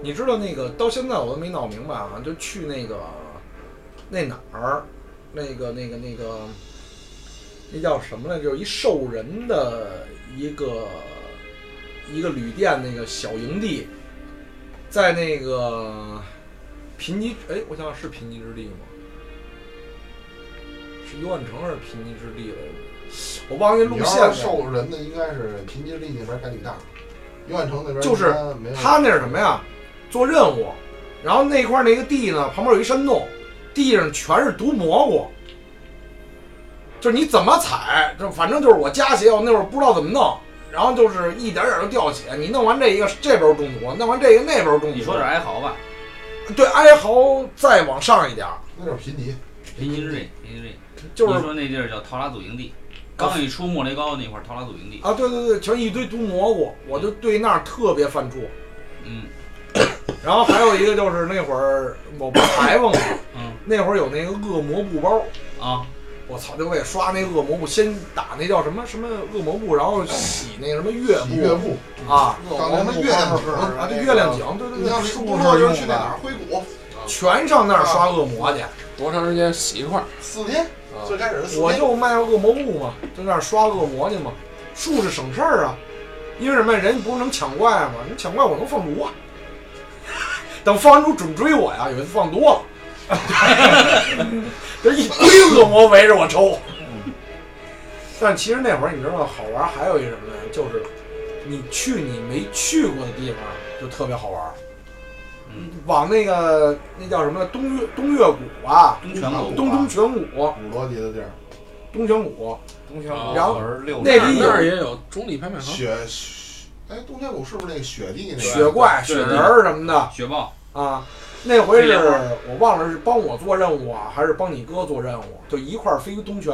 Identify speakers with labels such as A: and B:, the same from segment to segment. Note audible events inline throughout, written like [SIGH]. A: 你知道那个到现在我都没闹明白啊，就去那个那哪儿，那个那个那个，那叫什么来着？就是一兽人的一个一个旅店那个小营地，在那个贫瘠哎，我想想是贫瘠之地吗？是幽暗城还是贫瘠之地来着？我忘了那
B: 你
A: 路
B: 要
A: 线了。
B: 是兽人的应该是贫瘠地那边概率大，幽暗城那边
A: 就是
B: 一般没有
A: 他那是什么呀？做任务，然后那块儿那个地呢，旁边有一山洞，地上全是毒蘑菇，就是你怎么踩，就反正就是我加血，我那会儿不知道怎么弄，然后就是一点点就掉血，你弄完这一个这边中毒，弄完这个那边中毒。
C: 你说点哀嚎吧，
A: 对哀嚎再往上一点儿，
B: 那就是贫瘠，
C: 贫瘠之地，贫瘠之地，
A: 就是
C: 你说那地儿叫陶拉祖营地，刚一出莫雷高那块儿陶拉祖营地，
A: 啊，对对对，全一堆毒蘑菇，我就对那儿特别犯怵。
C: 嗯
A: 然后还有一个就是那会儿我不裁缝嘛，
C: 嗯
A: 那会儿有那个恶魔布包。
C: 啊，
A: 我操！就为了刷那恶魔布，先打那叫什么什么恶魔布，然后洗那什么月
B: 喜乐
A: 布
B: 部。
A: 啊
B: 刚才那月亮井
A: 啊！这月亮，井，对对
B: 你要
A: 对，
B: 是
A: 树
B: 不知
A: 上
B: 道就
A: 用
B: 是去那哪
A: 的，
B: 儿，硅谷
A: 全上那儿刷恶魔去。
D: 多长时间洗一块儿？
B: 四天，
D: 啊
B: 最开始是四
A: 我
B: 天，
A: 就卖恶魔布嘛，就那儿刷恶魔去嘛。树是省事儿啊，因为什么呀？人不是能抢怪吗？你抢怪我能放毒啊。 [LAUGHS] 等放完毒准追我呀！有一次放多了， [LAUGHS] 这一堆恶魔围着我抽。但其实那会儿你知道好玩，还有一什么呀？就是你去你没去过的地方就特别好玩。
C: 嗯，
A: 往那个那叫什么东岳东岳谷啊，
C: 东泉谷
A: 东东泉谷，
B: 五罗级的地儿，
A: 东泉谷。
E: 东泉
D: 啊
E: 五
A: 然后
E: 十六
A: 那
E: 站
A: 里
D: 那儿也有中立拍卖行，
B: 雪，雪哎，东天谷是不是那个雪地那个？
A: 雪怪、雪
C: 对
A: 人儿什么的
C: 雪豹，
A: 啊。那回是
C: 飞一会儿
A: 我忘了是帮我做任务啊，还是帮你哥做任务，就一块儿飞东泉，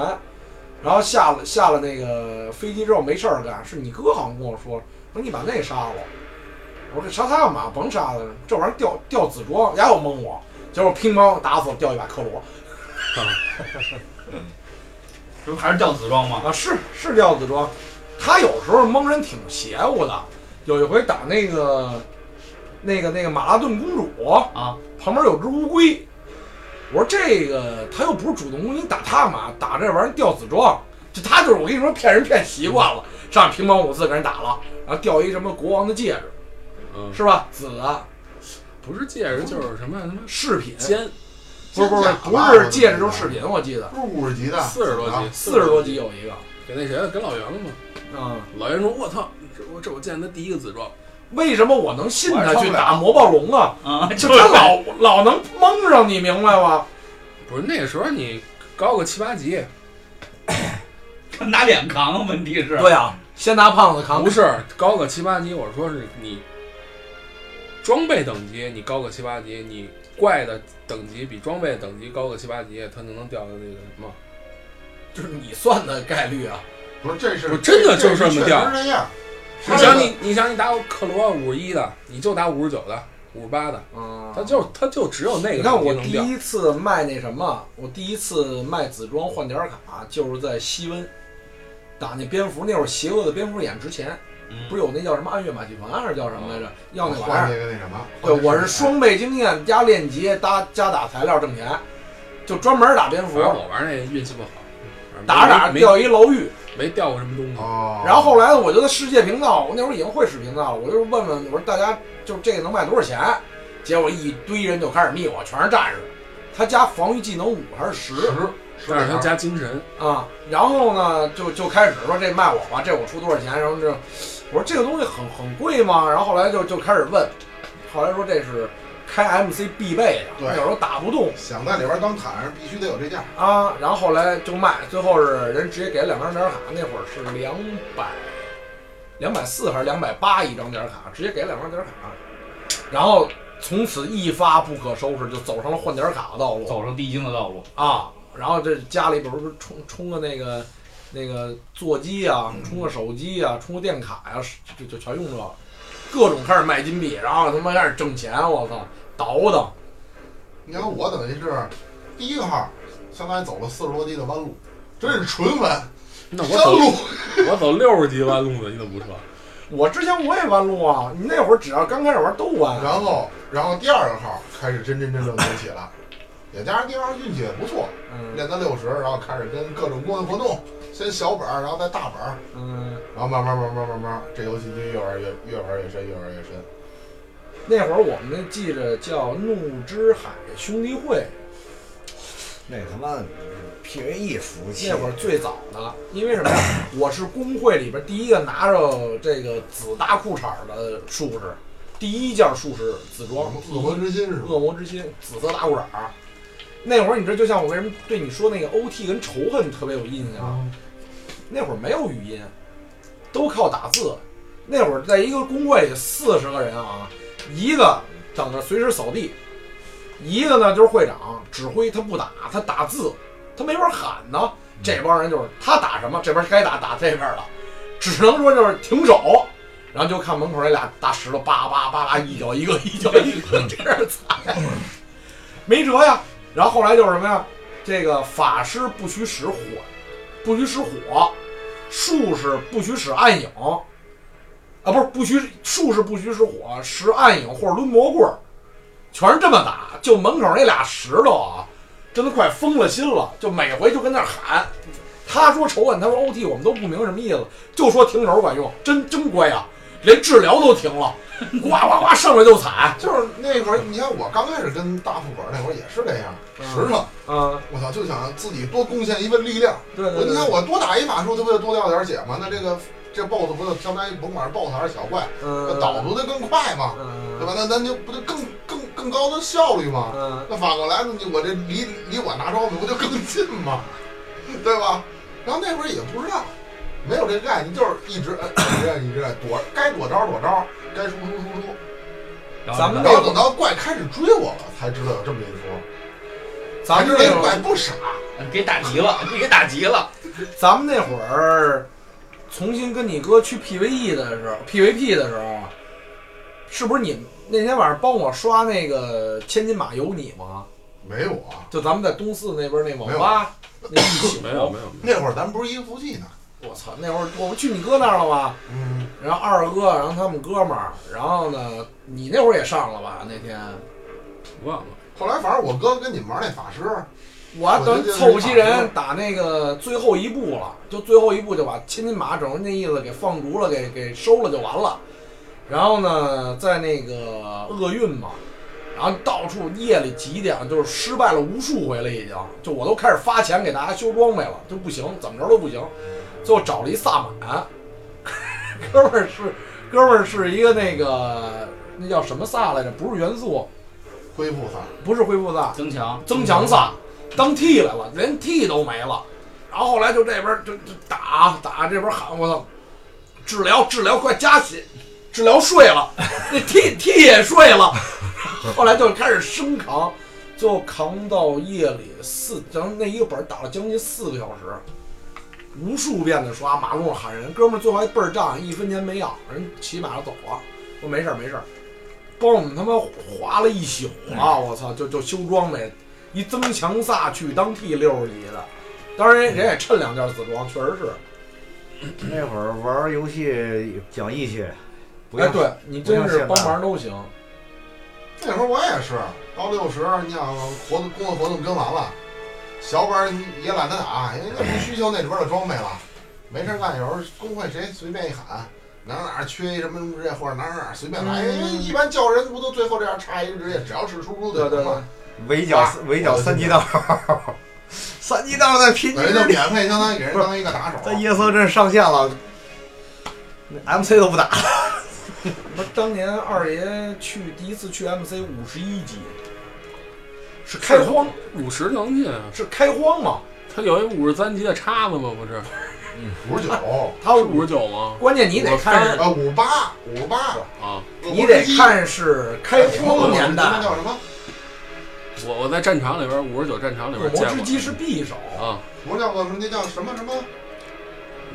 A: 然后下了下了那个飞机之后没事儿干，是你哥好像跟我说，说你把那杀了。我说杀他干嘛？甭杀他，这玩意儿掉掉紫装，丫又蒙我，结果乒乓打死掉一把克罗
C: 这不还是吊死装吗？
A: 啊，是是掉紫装，他有时候蒙人挺邪乎的，有一回打那个那个那个马拉顿公主，
C: 啊，
A: 旁边有只乌龟。我说这个他又不是主动攻击，打他干嘛？打这玩意儿掉紫装，就他就是我跟你说骗人骗习惯了，上乒乓五四给人打了，然后掉一什么国王的戒指，
D: 嗯，
A: 是吧？紫啊，
D: 不是戒指就是什么他妈
A: 饰品，
D: 尖，
A: 不是不是不是戒指就是饰品，我记得
B: 不是五十级的，
D: 四十多
B: 啊
D: 级，
A: 四十多集有一个，
D: 给那谁啊了，给老袁了吗？
A: 嗯，
D: 老袁说：“我操，这我这我见他第一个紫装，
A: 为什么我能信
B: 我
A: 他
B: 还
A: 去
B: 穿不
A: 打
B: 了
A: 魔暴龙啊？
C: 啊， [LAUGHS]
A: 就
C: 就是
A: 他老老能蒙上你，明白吗？
D: 不是那个时候你高个七八级，
C: 拿脸扛，问题是，
A: 啊，先拿胖子扛
D: 不，是高个七八级，我说是你装备等级，你高个七八级，你怪的等级比装备等级高个七八级，他就能掉到那个什么。
A: 就是你算的概率啊。
B: 不是这是
D: 我真的就是这么掉
B: 确实这样。
D: 你想你你想你打克罗五十一的，你就打五十九的、五十八的，
A: 嗯，
D: 他就他就只有那
A: 你
D: 个
A: 看
D: 等
A: 哎
D: 级
A: 我
D: 能
A: 第
D: 掉。
A: 一次卖那什么，我第一次卖紫装换点儿卡，就是在西温打那蝙蝠，那会儿邪恶的蝙蝠眼值钱，
C: 嗯
A: 不是有那叫什么暗月马戏团还是叫什么来着？
D: 嗯
A: 要那玩
B: 换
A: 意儿。
B: 那个那什么？
A: 对，我是双倍经验加练级搭加打材料挣钱，就专门打蝙蝠
D: 反，正我玩那运气不好，反正没
A: 打着打着
D: 没
A: 掉一牢狱。
D: 没掉过什么东西。
B: 哦，
A: 然后后来呢，我就在世界频道，我那会儿已经会使频道了，我就问问我说大家就这个能卖多少钱？结果一堆人就开始密我，全是战士，他加防御技能五还是十
B: 十，
D: 但是他
B: 家
D: 加精神，
A: 啊？然后呢，就就开始说这卖我吧，这我出多少钱？然后这我说这个东西很很贵吗？然后后来就就开始问，后来说这是开 MC 必备的，
B: 对
A: 那时候打不动
B: 想在里边当坦，必须得有这价。
A: 啊。然后后来就卖，最后是人直接给了两张点儿卡，那会儿是两百两百四还是两百八一张点儿卡，直接给两张点儿卡，然后从此一发不可收拾，就走上了换点儿卡的道路
C: 走上地精的道路，
A: 啊。然后这家里比如说充充个那个那个座机啊，
B: 嗯
A: 充个手机啊，充个电卡呀、就就全用这个，各种开始卖金币，然后他妈开始挣钱，我操，倒腾
B: 你看我等于是第一个号，相当于走了四十多级的弯路，真是纯弯
D: 那我
B: 山
D: 走
B: 路。
D: 我走六十级弯路子，你怎么不说？
A: 我之前我也弯路啊，你那会儿只要刚开始玩都弯。
B: 然后，然后第二个号开始真真正正走起了，也加上第二号运气也不错，
A: 嗯
B: 练到六十，然后开始跟各种公益活动，先小本儿，然后再大本儿，
A: 嗯，
B: 然后慢慢慢慢慢慢，这游戏就越玩越越玩越深，越玩越深。
A: 那会儿我们记着叫怒之海兄弟会，
E: 那他妈的 PVE 服务器
A: 那会儿最早的，因为什么呀？我是工会里边第一个拿着这个紫大裤衩儿的术士，第一件术士紫
B: 我
A: 装
B: 们，恶魔之心是吧？
A: 恶魔之心，紫色大裤衩儿。那会儿你知道，就像我为什么对你说那个 OT 跟仇恨特别有印象，那会儿没有语音，都靠打字。那会儿在一个工会里四十个人啊，一个等着随时扫地，一个呢就是会长指挥，他不打，他打字，他没法喊呢。这帮人就是他打什么，这边该打打这边了，只能说就是停手，然后就看门口那俩大石头叭叭叭叭一脚一个一脚一个这样踩，没辙呀。然后后来就是什么呀？这个法师不许使火不许使火，术士不许使暗影，啊，不是不许术士不许使火，使暗影或者抡蘑棍儿，全是这么打。就门口那俩石头啊，真的快疯了心了，就每回就跟那儿喊。他说仇恨，他说 OT，我们都不明白什么意思，就说停手管用，真真乖呀、连治疗都停了，呱呱呱上来就踩，
B: 就是那会儿，你看我刚开始跟大副本那会儿也是这样，
A: 嗯
B: 实诚，
A: 嗯，
B: 我操，就想自己多贡献一份力量。
A: 对
B: 我你看，我多打一法术，他不就多掉点血吗？那这个这 BOSS 不就相当于甭管是 BOSS 还是小怪，那
A: 嗯，
B: 导出的更快吗？
A: 嗯，
B: 对吧？那咱就不就更更更高的效率吗？
A: 嗯，
B: 那反过来，你我这离离我拿招不就更近吗？对吧？然后那会儿也不知道，没有这概念，就是一直摁，一直摁，一直摁，躲该躲招躲招，该输输输输。
C: 然后
A: 咱们
B: 然后等到怪开始追我了，才知道有这么一出。
A: 咱们
B: 这
A: 这
B: 那
A: 个
B: 怪不傻，
C: 呃给打急了，给打急了。
A: 咱们那会儿重新跟你哥去 PVE 的时候，PVP 的时候，是不是你那天晚上帮我刷那个《千金马》有你吗？
B: 没有啊。
A: 就咱们在东四那边那网吧那一宿，
D: 没有没有没有，
B: 那会儿咱不是一服务器呢。
A: 我操，那会儿我不去你哥那儿了吗？
B: 嗯，
A: 然后二哥，然后他们哥们儿，然后呢，你那会儿也上了吧？那天
D: 忘了。
B: 后来反正我哥跟你们玩那法师，
A: 我还等
B: 我就记得
A: 凑不齐
B: 那
A: 人
B: 马
A: 打那个最后一步了，就最后一步就把千金马整个那意思给放逐了，给给收了就完了。然后呢，在那个厄运嘛，然后到处夜里几点就是失败了无数回了，已经就我都开始发钱给大家修装备了，就不行，怎么着都不行。最后找了一萨满，哥们儿是哥们儿是一个那个那叫什么萨来着？不是元素，
B: 恢复萨，
A: 不是恢复萨，
C: 增强，
A: 啊增强赛当 T 来了，连 T 都没了。然后后来就这边就就打打，这边喊我操，治疗治疗，快加血，治疗睡了，那 T T 也睡了。 [LAUGHS] 后来就开始生扛，最后扛到夜里四，然后那一个本儿打了将近四个小时，无数遍的刷，马路上喊人，哥们儿最后还倍儿仗义，一分钱没要，人骑马就走了，说没事儿没事儿，帮我们他妈划了一宿啊！我操，就就修装备，一增强萨去当 T 六十级的，当然人也趁两件紫装，确实是。
E: 那会儿玩游戏讲义气，不
A: 哎，
E: 要
A: 对你真是帮忙都行。
B: 那会儿我也是到六十，你想活动工作活动跟完了，小本儿也懒得打，人家不需求那里边的装备了，没事儿干，有时候工会谁随便一喊。哪儿哪儿缺一什么什么职业，或者哪儿哪儿随便来，
A: 嗯
B: 因为一般叫人不都最后这样插一个职业，只要是输出
A: 对
B: 就
A: 对对
B: 行了，，
E: 围剿围剿三级道，三级道在平
B: 人家
E: 均
B: 免费相当于给人当一个打手。啊
E: 在夜色镇上线了那，MC 都不打，
A: 不是当年二爷去第一次去 MC 五十一级，是开荒，
D: 五十能进啊？
A: 是开荒嘛？
D: 他有一五十三级的叉子吗？不是，
B: 五十九
A: 他
D: 是五十九吗？
A: 关啊键你得看是，
B: 啊，五八五八，
D: 啊，
A: 你得
B: 呃
A: 看是开荒年
B: 那
A: 代。
B: 叫什么？
D: 我我在战场里边五十九战场里
A: 恶
D: 边
A: 魔
D: 见
A: 之
D: 过
A: 击是匕首，
D: 啊，
B: 不叫我那叫什么什么？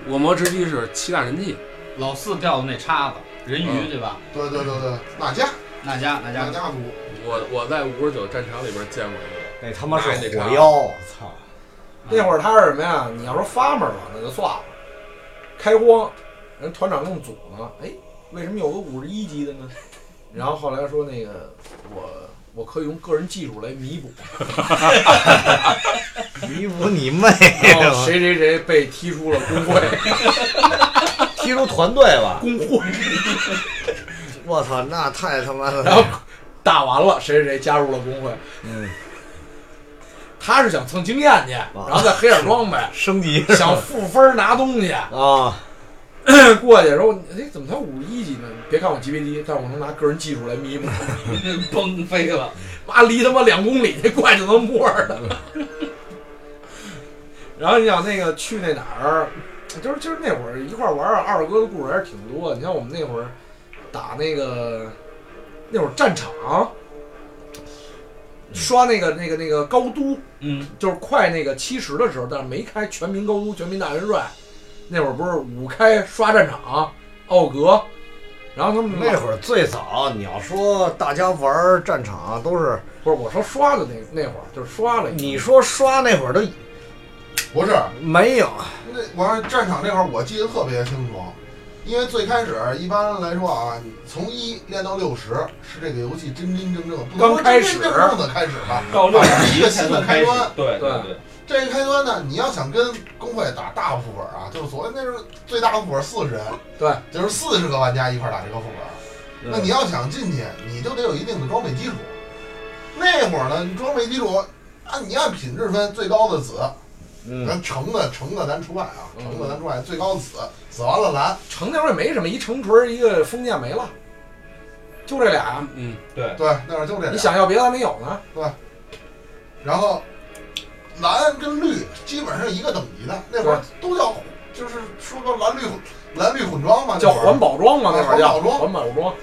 D: 恶魔之击是七大神器，
C: 老四掉的那叉子，人鱼
D: 嗯
C: 对吧？
B: 对对对对，哪家
C: 那家那
B: 哪
C: 家
B: 家族？
D: 我我在五十九战场里边见过一个，
E: 哎那他妈是火药，操！
A: 那会儿他是什么呀？你要说 farmer 吧，那就算了，开荒，人团长正组呢，哎，为什么有个五十一级的呢？然后后来说那个我我可以用个人技术来弥补，
E: [LAUGHS] 弥补你妹！
A: 然
E: 哦
A: 后谁谁谁被踢出了工会，
E: 踢出团队了，
A: 工会，
E: 我操，那太他妈
A: 然后
E: 的，
A: 打完了谁谁谁加入了工会，
E: 嗯，
A: 他是想蹭经验去，然后在黑眼庄
E: [LAUGHS]
A: 呗，
E: 升级
A: 想负分拿东西， [COUGHS]
E: 啊，
A: 过去说哎怎么才五十一级呢？别看我级别低，但是我能拿个人技术来弥补，
C: 崩飞了，
A: 妈离他妈两公里那怪就能摸着的。 [LAUGHS] 然后你想那个去那哪儿，就是就是那会儿一块儿玩儿，二哥的故事还是挺多的。你像我们那会儿打那个那会儿战场，刷那个那个那个高都，
C: 嗯，
A: 就是快那个七十的时候，但是没开全民高都、全民大元帅，那会儿不是五开刷战场，奥格，然后他们
E: 那会儿最早你要说大家玩战场啊都是，
A: 不是我说刷的那那会儿就是刷了，
E: 你说刷那会儿都
B: 不是，
E: 没有，
B: 那我说战场那会儿我记得特别清楚，因为最开始一般来说啊，你从一练到六十是这个游戏真真正正的，不能
A: 刚
B: 说
A: 开
B: 真
A: 始
B: 真正正的开始吧。
F: 到六十
B: 一
F: 一
B: 个
F: 才算
B: 新的
F: 开
B: 开
F: 始
B: 端，
F: 对
A: 对
F: 对，
B: 这个开端呢，你要想跟工会打大副本啊，就是所谓那时候最大的副本四十人，
A: 对，
B: 就是四十个玩家一块儿打这个副本。那你要想进去，你就得有一定的装备基础。那会儿呢，你装备基础，按你按品质分，最高的紫，
E: 嗯，
B: 咱橙的橙的咱除外啊，
A: 嗯
B: 橙的咱除外，最高的紫，紫完了蓝，
A: 成那会儿也没什么，一成锤儿一个封建没了，就这俩，
D: 嗯，
F: 对，
B: 对，那会儿就这俩。
A: 你想要别的还没有呢。
B: 然后蓝跟绿基本上一个等级的，那会儿都叫就是说个蓝绿混蓝绿混装嘛，那
A: 叫
B: 会儿
A: 环保装嘛，
B: 啊
A: 那会儿叫
B: 环保
A: 环
B: 装
A: 保装，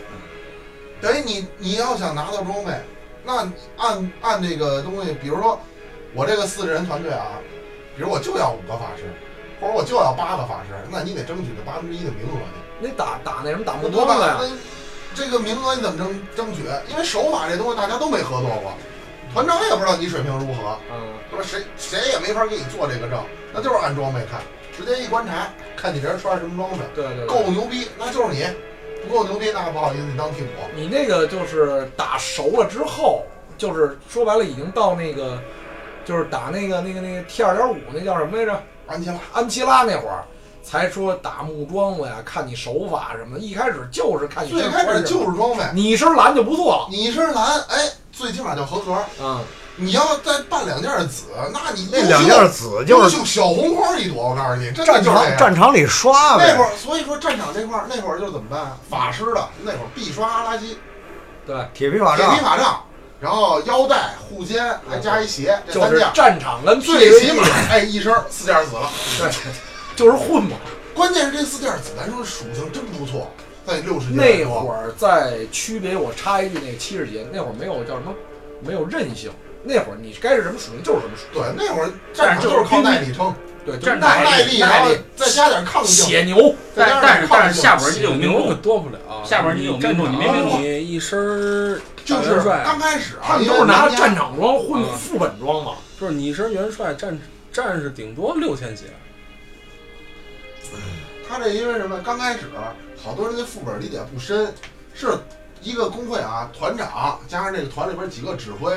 B: 等于你你要想拿到装备，那你按按这个东西，比如说我这个四人团队啊，比如我就要五个法师，或者我就要八个法师，那你得争取这八分之一的名额去。
A: 那打打那什么打木
B: 多
A: 桩子呀，
B: 那这个名额你怎么争争取？因为手法这东西大家都没合作过，
E: 嗯
B: 团长也不知道你水平如何，
A: 嗯，
B: 说谁谁也没法给你做这个证，那就是按装备看，直接一观察，看你这人穿什么装备，
A: 对对对。
B: 够牛逼那就是你，不够牛逼那不好意思你当替补。
A: 你那个就是打熟了之后，就是说白了已经到那个，就是打那个那个那个 T 二点五那叫什么来着？
B: 安琪拉。
A: 安琪拉那会儿才说打木桩子呀，看你手法什么的。一开始就是看你
B: 最开始就是嗯装备，
A: 你一身蓝就不错
B: 你是蓝，哎，最起码叫合格。
A: 了啊、
B: 你要再办两件紫，那你
E: 那两件紫就
B: 优
E: 是
B: 秀小红花一朵，我告诉你，真的
E: 战
B: 就是这
E: 场
B: 样。
E: 战场里刷
B: 那会
E: 呗，
B: 儿，所以说战场这块儿，那会儿就怎么办啊？法师的那会儿必刷阿拉基，
E: 铁皮法
B: 铁皮
E: 杖，
B: 法杖，然后腰带、护肩，还加一鞋，这
A: 就
B: 三
A: 是
B: 件。
A: 战场跟
B: 最起码
A: PVE
B: 哎，一身四件紫了。
A: 就是混嘛。
B: 关键是这四件紫，咱说属性真不错，在六十级来
A: 那
B: 说
A: 会儿在区别，我插一句，那个七十节那会儿没有叫什么，没有韧性。那会儿你该是什么属性就是什么属性，
B: 对，那会儿战场就是靠耐力撑，
A: 对，就是
C: 战
A: 耐
C: 场
B: 耐力，然后
A: 耐力
B: 再加点抗性，
A: 血牛，
B: 再
C: 但
B: 加
C: 但
B: 点
C: 是
B: 抗
C: 但是
B: 性
C: 下本你有命
D: 名可
C: 中，
D: 多不了。
C: 下边你有啊
D: 战
C: 命中
D: 场
C: 你没命中
D: 你一身儿
B: 就
D: 元
B: 是
D: 帅
B: 刚开始
A: 他
B: 啊，
A: 们
B: 因
A: 都
B: 为
A: 是拿
B: 人家
A: 战场装混
D: 嗯
A: 副本装嘛。
D: 就是你一身元帅战战士顶多六千血，
B: 他这因为什么？刚开始好多人对副本理解不深，是一个工会啊，团长加上这个团里边几个指挥，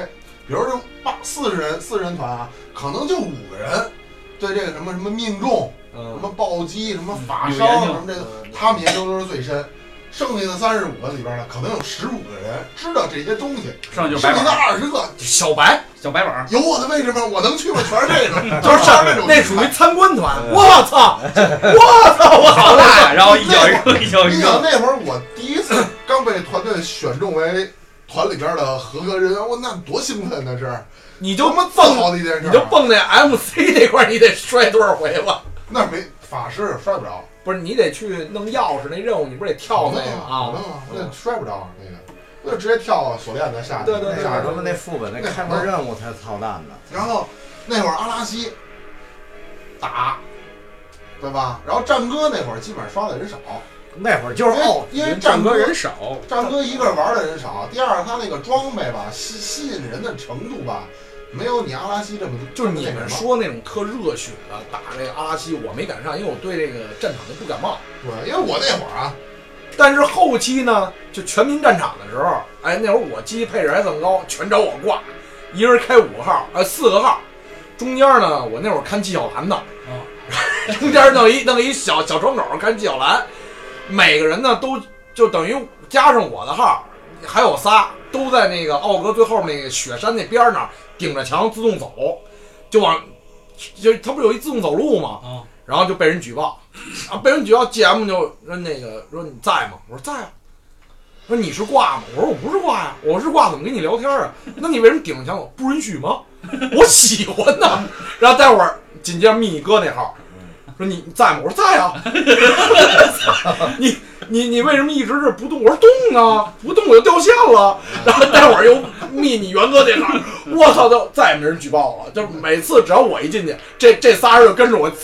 B: 比如说八四十人四十人团啊，可能就五个人对这个什么什么命中、什
A: 嗯，
B: 么暴击、什么法
C: 有
B: 伤
C: 研
B: 什
C: 究
B: 么这个，他们研究都是最深。剩下的三十五个里边呢，可能有十五个人知道这些东西，
C: 上来就是白
B: 剩下的
C: 板，
B: 二十个
A: 小白
C: 小白
B: [LAUGHS]
C: 板，
B: 有我的位置吗？我能去吗？全是这种，
A: [LAUGHS] 就是
B: 全是这种。
A: 那属于参观团。
E: 嗯
A: 我操，我操，我
B: [LAUGHS]
C: 好大呀，然后一脚
B: 那
C: 扔，一脚
B: 你想
C: 扔，
B: 那会儿我第一次刚被团队选中为团里边的合格人员，我那多兴奋那是，
A: 你就
B: 多么自
A: 蹦，
B: 豪的一件事
A: 你就
B: 儿。啊
A: 蹦那 MC 那块儿，你得摔多少回吧？
B: 那没法师摔不着，
A: 不是，你得去弄钥匙那任务，你不是得跳那个
B: 好弄
A: 啊？
B: 啊，那摔不着那个，那就直接跳锁链子下去，
A: 对对对
E: 那
B: 下
E: 会
B: 去
E: 儿他们那副本那开门任务才操蛋呢，
B: 然后那会儿阿拉西打，对吧？然后战哥那会儿基本上刷的人少，
E: 那会儿就是哦，
B: 因为因为
D: 战
B: 战
D: 歌
B: 哥
D: 人少，
B: 战哥一个人玩的人少，第二他那个装备吧，吸吸引人的程度吧，没有你阿拉西这么
A: 就是你
B: 这么那
A: 们
B: 什么
A: 说那种特热血的打那个阿拉西，我没赶上，因为我对这个战场就不感冒。
B: 对，因为我那会儿啊，
A: 但是后期呢，就全民战场的时候，哎，那会儿我机配置还这么高，全找我挂，一人开五个号，呃，四个号，中间呢，我那会儿看纪晓岚呢， [LAUGHS] 中间弄一弄一小小窗口看纪晓岚，每个人呢都就等于加上我的号，还有仨都在那个奥格最后面那个雪山那边儿那儿顶着墙自动走，就往就他不是有一自动走路吗？
C: 啊，
A: 然后就被人举报，啊，被人举报，GM 就说那个说你在吗？我说在啊。说你是挂吗？我说我不是挂呀、我是挂怎么跟你聊天啊？那你为什么顶着墙？我不允许吗？我喜欢呢。然后待会儿紧接着蜜哥那号，说你你在吗？我说在啊。你你你为什么一直是不动？我说动啊，不动我就掉线了。然后待会儿又密你元哥那号，我操，就再也没人举报了。就是每次只要我一进去，这这仨人就跟着我都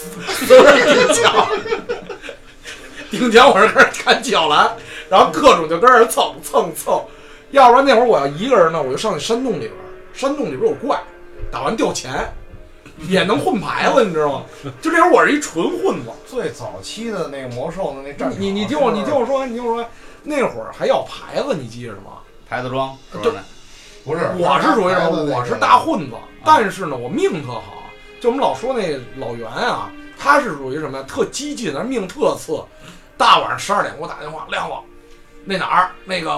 A: 是顶墙，顶墙我是跟人看纪晓岚，然后各种就跟人蹭蹭蹭，要不然那会儿我要一个人呢，我就上那山洞里边儿，山洞里边儿有怪，打完掉钱，也能混牌子，你知道吗？就这会儿我是一纯混子，
E: 最早期的那个魔兽的那战场，
A: 你你听我你听我说，你听我说，那会儿还要牌子，你记着吗？
C: 牌子庄是不
A: 对
C: 是？
B: 不是，
A: 我是属于什
B: 孩子那
A: 么？
B: 个啊
A: 我是大混子，但是呢，我命特好。就我们老说那老袁啊，他是属于什么呀？特激进，但是命特次。大晚上十二点给我打电话，亮子，那哪儿那个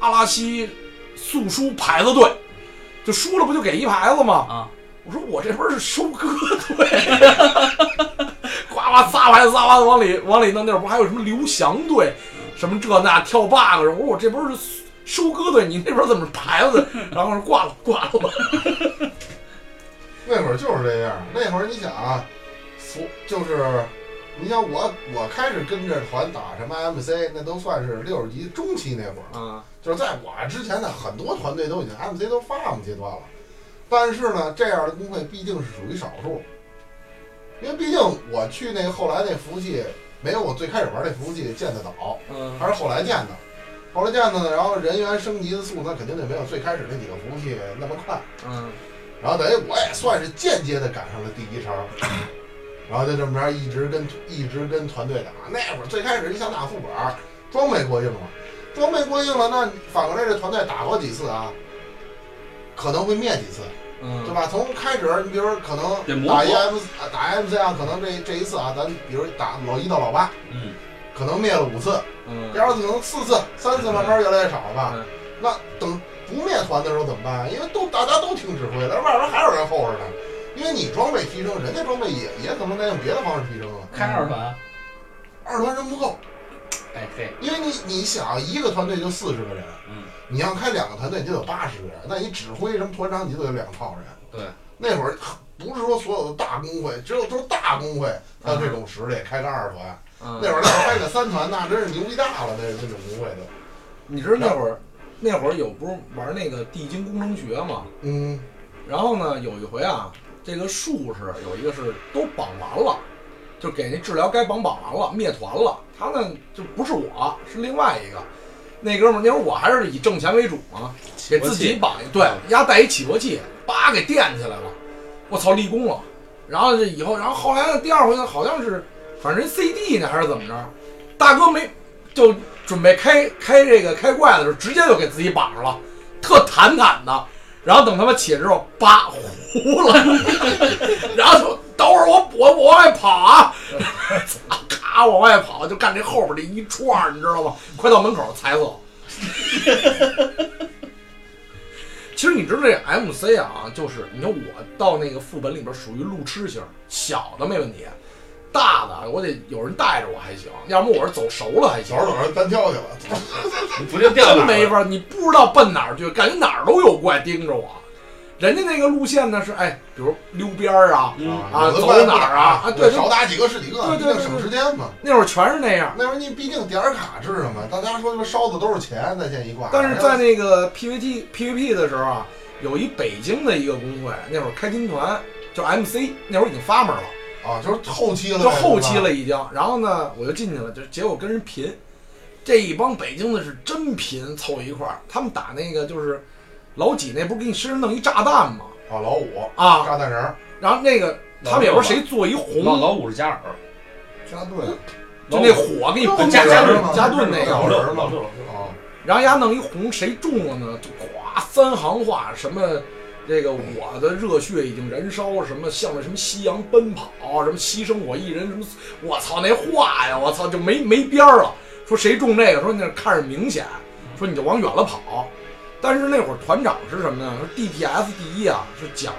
A: 阿拉西速输牌子队，就输了不就给一牌子吗？
C: 啊，
A: 我说我这边是收割队， [LAUGHS] 呱呱撒牌子撒牌子往里往里弄，那会儿不还有什么刘翔队，什么这那跳 bug 什么？我说我这边是收割队，你那边怎么是牌子？然后说挂了挂了吧。
B: 那会儿就是这样。那会儿你想啊，服就是，你想我我开始跟着团打什么 MC，那都算是六十级中期那会儿，
A: 啊，
B: 就是在我之前的很多团队都已经 MC 都发展阶段了。但是呢，这样的工会毕竟是属于少数，因为毕竟我去那个后来那服务器没有我最开始玩那服务器建的早，
A: 嗯
B: 还是后来建的。后来建的呢，然后人员升级的速度那肯定就没有最开始那几个服务器那么快。
A: 嗯，
B: 然后等于我也算是间接的赶上了第一茬儿，然后就这么着一直跟一直跟团队打。那会儿最开始你想打副本儿，装备过硬了，装备过硬了，那反过来这团队打过几次啊，可能会灭几次，
A: 嗯
B: 对吧？从开始你比如说可
C: 得
B: 能
C: 嗯磨
B: 打
C: 合
B: EM 打 MC 啊，可能这这一次啊，咱比如打老一到老八，
C: 嗯，
B: 可能灭了五次，
A: 嗯
B: 第二次可能四次、三次，慢慢越来越少了吧
A: 嗯。
B: 那等不灭团的时候怎么办？因为都大家都听指挥了，外边还有人候着呢。因为你装备提升，人家装备也也可能得用别的方式提升啊。
C: 开
A: 嗯
C: 二团，
B: 二团人不够，
C: 哎嘿，
B: 因为你你想一个团队就四十个人，
C: 嗯，
B: 你要开两个团队你就得八十个人，那你指挥什么团长你就得有两套人。
C: 对，
B: 那会儿不是说所有的大工会，只有都是大工会才有这种实力开个二团。
A: 嗯
C: 嗯
B: 那会儿要开个三团，那真是牛逼大了，那那种工会都。
A: 你知道那会儿那会儿有不是玩那个地精工程学吗？
B: 嗯
A: 然后呢，有一回啊，这个术士有一个是都绑完了，就给那治疗该绑绑完了，灭团了。他呢就不是我，是另外一个。那哥们儿那会儿我还是以挣钱为主嘛，给自己绑一对，丫带一起搏器，叭给垫起来了，我操立功了。然后这以后，然后后来呢，第二回呢好像是，反正人 CD 呢还是怎么着，大哥没就准备开开这个开怪的时候，直接就给自己绑上了，特坦坦的。然后等他妈起来之后，叭糊了， [LAUGHS] 然后就等会儿我我我往外跑啊， [LAUGHS] 操咔往外跑，就干这后边这一串儿，你知道吗？快到门口踩死我。 [LAUGHS] 其实你知道这 MC 啊，就是你看我到那个副本里边属于路痴型，小的没问题，大的我得有人带着我还行，要么我是走熟了还行
B: 走。着走着单挑去了，
C: 你不就掉哪
A: 真
C: 儿
A: 没
C: 了？
A: 法儿，你不知道奔哪儿去，感觉哪儿都有怪盯着我。人家那个路线呢是，哎，比如溜边儿啊，
C: 嗯，
A: 啊
B: 有的
A: 走
B: 怪不
A: 哪儿啊
B: 打
A: 啊对对
B: 少打几个是几个，
A: 对对对
B: 毕竟省时间嘛。
A: 那会儿全是那样。
B: 那时候你毕竟点儿卡制嘛，大家说这烧的都是钱，在线一挂。
A: 但是在那个 PVT PVP 的时候啊，有一北京的一个工会，那会儿开金团，就 MC，那会儿已经发门了，
B: 啊，就是后期了呗，
A: 就后期
B: 是吧。
A: 了已经。然后呢，我就进去了，就结果跟人贫，这一帮北京的是真贫，凑一块儿，他们打那个就是老几那不是给你身上弄一炸弹吗？
B: 啊，老五
A: 啊，
B: 炸弹人儿，
A: 然后那个他们也不知道谁做一红
C: 老老五是加尔，
E: 扎队，
A: 就那火给你
B: 老
A: 喷
B: 虎
A: 加加
B: 吗
A: 顿加顿那
B: 老
A: 个，
B: 虎
F: 六老六老六，
B: 哦，
A: 然后丫弄一红，谁中了呢？就咵三行话什么。这个我的热血已经燃烧，什么向着什么夕阳奔跑，什么牺牲我一人，什么我操那话呀，我操就没没边儿了。说谁中这个，说那看着明显，说你就往远了跑。但是那会儿团长是什么呢？说 DPS 第一啊，是奖，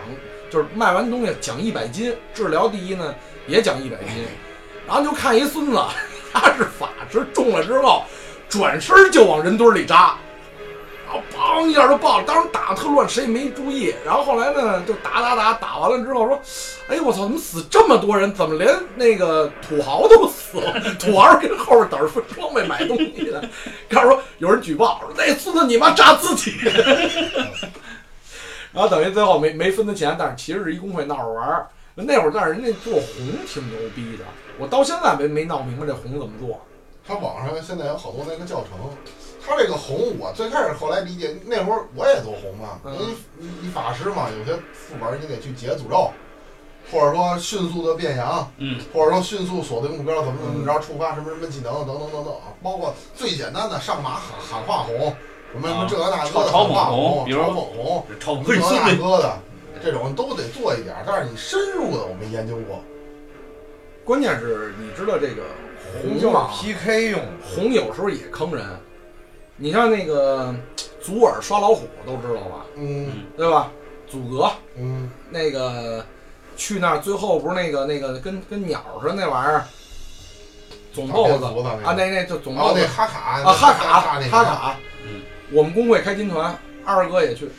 A: 就是卖完东西奖一百斤，治疗第一呢也奖一百斤。然后就看一孙子， [LAUGHS] 他是法师，中了之后转身就往人堆里扎，然后梆一下就爆了。当时打得特乱，谁也没注意。然后后来呢，就打打打打完了之后说：“哎呦我操，怎么死这么多人？怎么连那个土豪都死了？土豪跟后边等着分装备买东西的。”开始说有人举报说：“那孙子你妈扎自己。”然后等于最后没没分他钱，但是其实是一公会闹着玩儿。那会儿，但是人家做红挺牛逼的，我到现在没没闹明白这红怎么做。
B: 他网上现在有好多那个教程，他这个红，我最开始后来理解，那会儿我也做红嘛，
A: 嗯
B: 你你你法师嘛，有些副本你得去解诅咒，或者说迅速的变羊，
C: 嗯，
B: 或者说迅速锁定目标，怎么怎么着触发什么什么技能等等等等，包括最简单的上马喊喊话红，什么什么
C: 啊
B: 这个那个
C: 超
B: 的
C: 超
B: 喊话
C: 猛
B: 红，
C: 红比如
B: 超猛红，
F: 超
B: 什么
F: 可以
B: 这
F: 孙
B: 那
F: 子，
B: 个的，这种都得做一点儿，但是你深入的我没研究过。
A: 关键是你知道这个
E: 红
A: 红
E: 就是
A: 嘛，
E: PK 用的，
A: 红有时候也坑人。你像那个祖尔刷老虎都知道吧，
B: 嗯
A: 对吧？祖格
B: 嗯，
A: 那个去那儿最后不是那个那个跟跟鸟似的那玩意儿，总 BOSS
B: 打蝙蝠的那个
A: 啊，那那就总
B: 然后
A: BOSS
B: 哦那哈卡
A: 啊，哈卡
B: 哈那
A: 哈
B: 个
A: 卡，
C: 嗯
A: 我们工会开金团，二哥也去。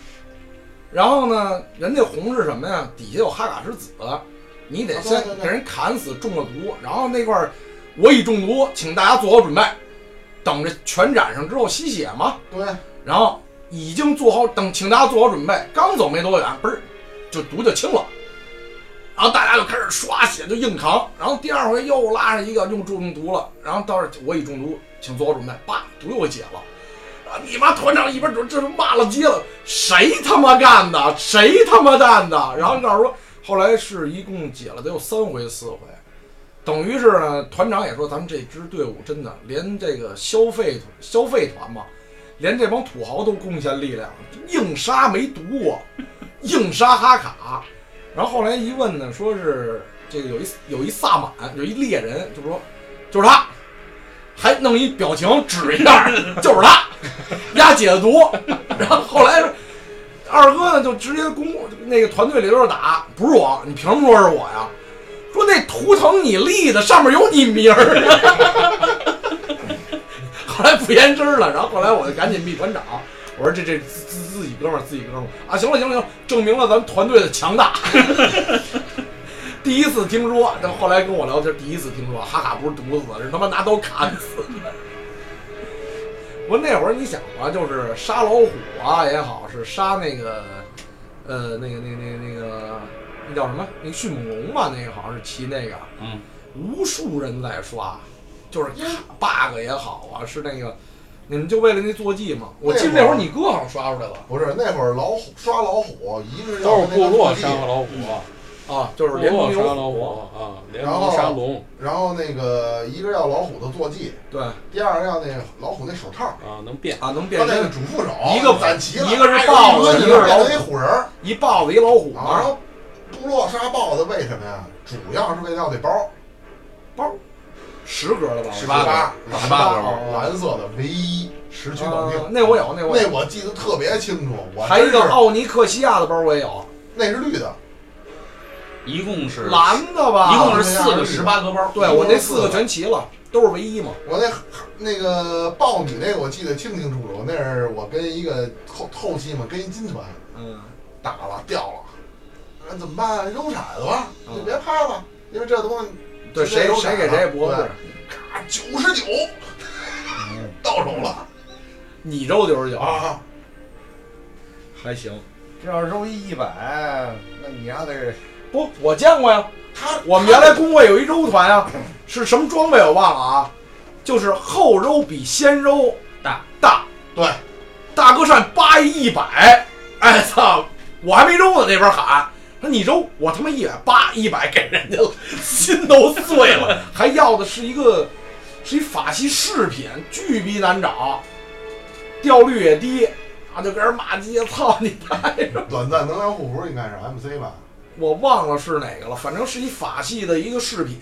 A: 然后呢，人家红是什么呀？底下有哈卡之子，你得
B: 啊对
A: 先
B: 对对
A: 给人砍死，中了毒。然后那块儿，我已中毒，请大家做好准备，等着全染上之后吸血嘛。
B: 对。
A: 然后已经做好等，请大家做好准备。刚走没多远，嘣儿就毒就清了。然后大家就开始刷血，就硬扛。然后第二回又拉上一个用中毒了，然后到这儿我已中毒，请做好准备，叭，毒又给解了。然后你妈团长一边准这是骂了街了，谁他妈干的？谁他妈干的？然后告诉说，后来是一共解了得有三回四回，等于是呢，团长也说咱们这支队伍真的连这个消费消费团嘛，连这帮土豪都贡献力量，硬杀没毒我，硬杀哈卡。然后后来一问呢，说是这个有一有一萨满，有一猎人，就说就是他，还弄一表情指一下，就是他，压解的毒。然后后来二哥呢就直接公那个团队里头打，不是我，你凭什么说是我呀？说那图腾你立的，上面有你名儿。 [LAUGHS] 后来不言之了，然后后来我就赶紧密团长，我说这这自自自己哥们儿自己哥们儿啊，行了行了行了，证明了咱们团队的强大。第一次听说，但后来跟我聊天，第一次听说哈哈不是毒死的，是他妈拿刀砍死的。我那会儿你想啊，就是杀老虎啊也好，是杀那个呃那个那个那个那个那叫什么？那个迅猛龙吧，那个好像是骑那个，
C: 嗯，
A: 无数人在刷，就是卡 bug 也好啊，是那个你们就为了那坐骑嘛。我记得那会儿你哥好像刷出来了
B: 不是那会儿老虎刷老虎，一个是
D: 都
B: 要
D: 是
B: 那个
D: 部落
B: 特技
D: 杀老虎，
A: 啊，就是
D: 部
A: 联
D: 落
A: 盟
D: 杀
A: 牛
D: 老虎啊，联
B: 然
D: 盟
B: 后
D: 杀龙
B: 然后那个一个要老虎的坐骑，
A: 对
B: 第二个要那老虎那手套，
D: 啊，能变。
A: 啊，能
B: 他
A: 变
B: 那个
A: 身
B: 主副手，
A: 一个
B: 攒齐了，
A: 一个是豹子
B: 哎一
A: 一个是
B: 变
A: 老虎
B: 成一虎人儿，
A: 一豹子一老虎
B: 啊然
A: 嘛，
B: 后部落杀豹子为什么呀？主要是为了要那包，
A: 十格的吧，
B: 十
E: 八
B: 八
E: 个
B: 十
E: 八
B: 八
E: 个包
B: 个蓝色的唯一时区绑定
A: 啊，，那我有，那我
B: 那
A: 有，
B: 我记得特别清楚，我
A: 还有一个
B: 真是
A: 奥尼克西亚的包我也有，
B: 那是绿的，
C: 一共是
A: 蓝的吧，
C: 一共是四个十八个包，
A: 对我那四个全齐了，都是唯一嘛。
B: 我那那个豹女那个我记得清清楚楚，那是我跟一个后后期嘛，跟一金团
A: 嗯，
B: 打了掉了，那怎么办？啊扔骰子吧，
A: 嗯
B: 就别拍了，因为这东西
A: 对，
B: 直接
A: 谁
B: 有
A: 谁给
B: 闪
A: 谁
B: 了
A: 脖子
B: 对，咔九十九
A: 嗯
B: 到手了
A: 你周九十九，
B: 啊！
A: 还行。
E: 这要揉一一百，那你丫得
A: 不，我见过呀，
B: 他
A: 我们原来工会有一揉团啊，是什么装备我忘了啊，就是后揉比先揉
C: 大
A: 大，
B: 对
A: 大哥扇八一百，哎操，我还没揉呢，那边喊。说你揉，我他妈一百八一百给人家了，心都碎了。还要的是一个是一法器饰品，巨逼难找，掉率也低，啊，就跟人骂街，操你！
B: 短暂能量护符应该是 MC 吧？
A: 我忘了是哪个了，反正是一法系的一个饰品。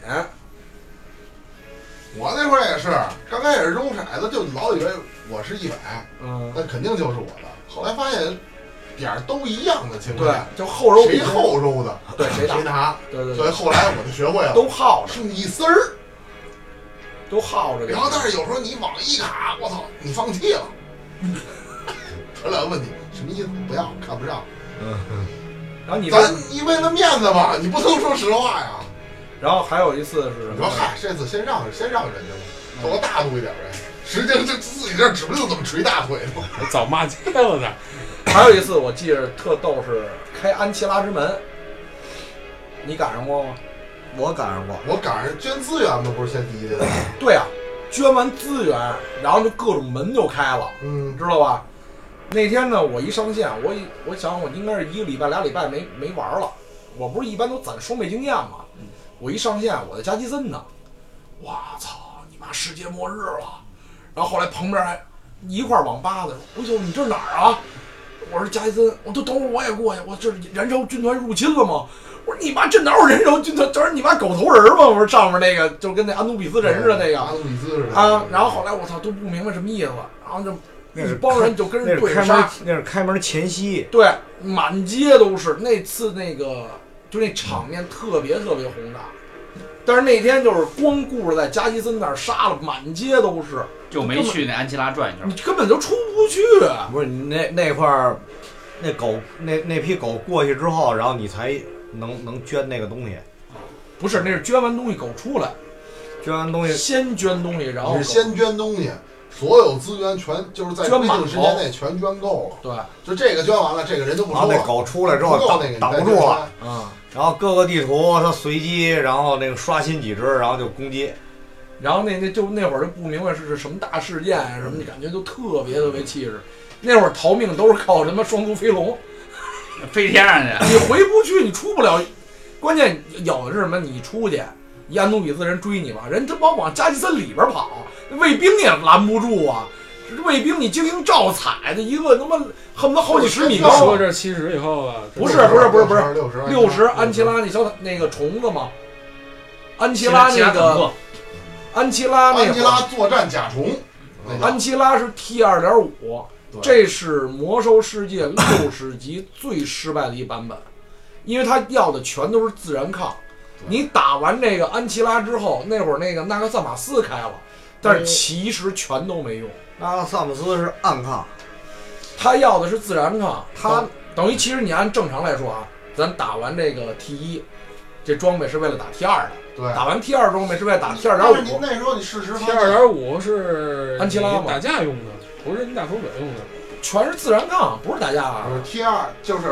B: 我那会儿也是，刚开始扔骰子就老以为我是一百，
A: 嗯，
B: 那肯定就是我的。后来发现点儿都一样的情况
A: 对
B: 下，，
A: 就后手比
B: 谁，后收的
A: 对谁
B: 谁
A: 大，
B: 拿。
A: 对对
B: 所以
A: 对，
B: 后来我就学会了，
A: 都耗着，
B: 是你丝儿。
A: 都耗着这
B: 然后但
A: 个。
B: 是有时候你往一卡，我操，你放弃了。他老问你什么意思？不要，看不上。
A: 然后你
B: 咱
A: 这，
B: 你为了面子吧，你不能说实话呀。
A: 然后还有一次是什么
B: 你说？嗨，这次先让先让人家吧，做个大度一点呗。实际上这自己这儿指不定怎么捶大腿呢。
D: 早骂街了呢。
A: 还有一次我记着特逗是开安琪拉之门，你赶上过吗？
E: 我赶上过，
B: 我赶上捐资源嘛，不是先第一的。
A: 对啊，捐完资源，然后就各种门就开了，你
B: 嗯，
A: 知道吧？那天呢，我一上线，我一我想我应该是一个礼拜俩礼拜没没玩了，我不是一般都攒双倍经验嘛，我一上线我在加基森呢，哇操你妈世界末日了！然后后来旁边还一块儿网吧的说，哎呦你这是哪儿啊？我说加基森，我就等会儿我也过去，我这燃烧军团入侵了吗？我说你妈这哪有燃烧军团？这是你妈狗头人吗？我说上面那个就跟那安努比斯人似的那个
B: 阿努比斯似的
A: 啊，然后后来我操都不明白什么意思，然后就
E: 那
A: 一
E: 是
A: 帮人就跟
E: 那
A: 人
E: 是
A: 对
E: 开
A: 着
E: 门
A: 杀，，
E: 那是开门前夕，
A: 对，满街都是。那次那个就那场面特别特别宏大，但是那天就是光顾着在加基森那儿杀了，满街都是，
C: 就没去那安琪拉转一圈
A: 你。根本就出不去。
E: 不是你那那块儿，那狗那那批狗过去之后，然后你才能能捐那个东西，
A: 不是，那是捐完东西狗出来，
E: 捐完东西
A: 先捐东西，然后
B: 你
A: 狗
B: 是先捐东西，所有资源全就是在
A: 捐
B: 规
A: 满
B: 定时间
A: 头
B: 内全捐够了。
A: 对，
B: 就这个捐完了，这个人就不
E: 然后
B: 收
E: 那
B: 了。
E: 狗出来之后
B: 不够那
E: 挡
B: 个
E: 挡不住了，。
A: 嗯，
E: 然后各个地图它随机，然后那个刷新几只，然后就攻击。
A: 然后那那就那会儿就不明白是是什么大事件啊什
E: 嗯
A: 么，感觉就特别特别气势。那会儿逃命都是靠什么双足飞龙，
C: 飞天上去，
A: 你回不去，你出不了。关键有的是什么？你出去，一安努比斯人追你吧，人他妈往加基森里边跑，卫兵也拦不住啊！这卫兵你精英照踩的一个他妈恨不得好几十米
B: 不是
A: 高
D: 说，这七十以后啊，
A: 不是不是不是不是
B: 六十
A: 六十安琪拉那小那个虫子嘛，安琪拉
C: 其他
A: 那
C: 怎么
A: 个
C: 做
A: 安琪拉那
B: 安琪
A: 会儿
B: 拉作战甲虫，那叫
A: 安琪拉是 T 二点五，
B: 对
A: 这是魔兽世界六十级最失败的一版本，因为它要的全都是自然抗。
B: 对
A: 你打完这个安琪拉之后，那会儿那个纳克萨马斯开了，但是其实全都没用。
E: 那萨姆斯是暗抗，
A: 他要的是自然抗，
E: 他
B: 哦
A: 等等于其实你按正常来说啊，咱打完这个 T 一，这装备是为了打 T 二的，
B: 对。
A: 打完 T 二装备是为了打 T 二
B: 但是
A: 点
B: 您
A: 五。
B: 那时候你事实发
D: T 二
B: 现，
D: 点五是
A: 安琪拉吗
D: 你打架用的，不是你打手表用的。
A: 全是自然抗，不是打架啊。
B: 不是 T 二就是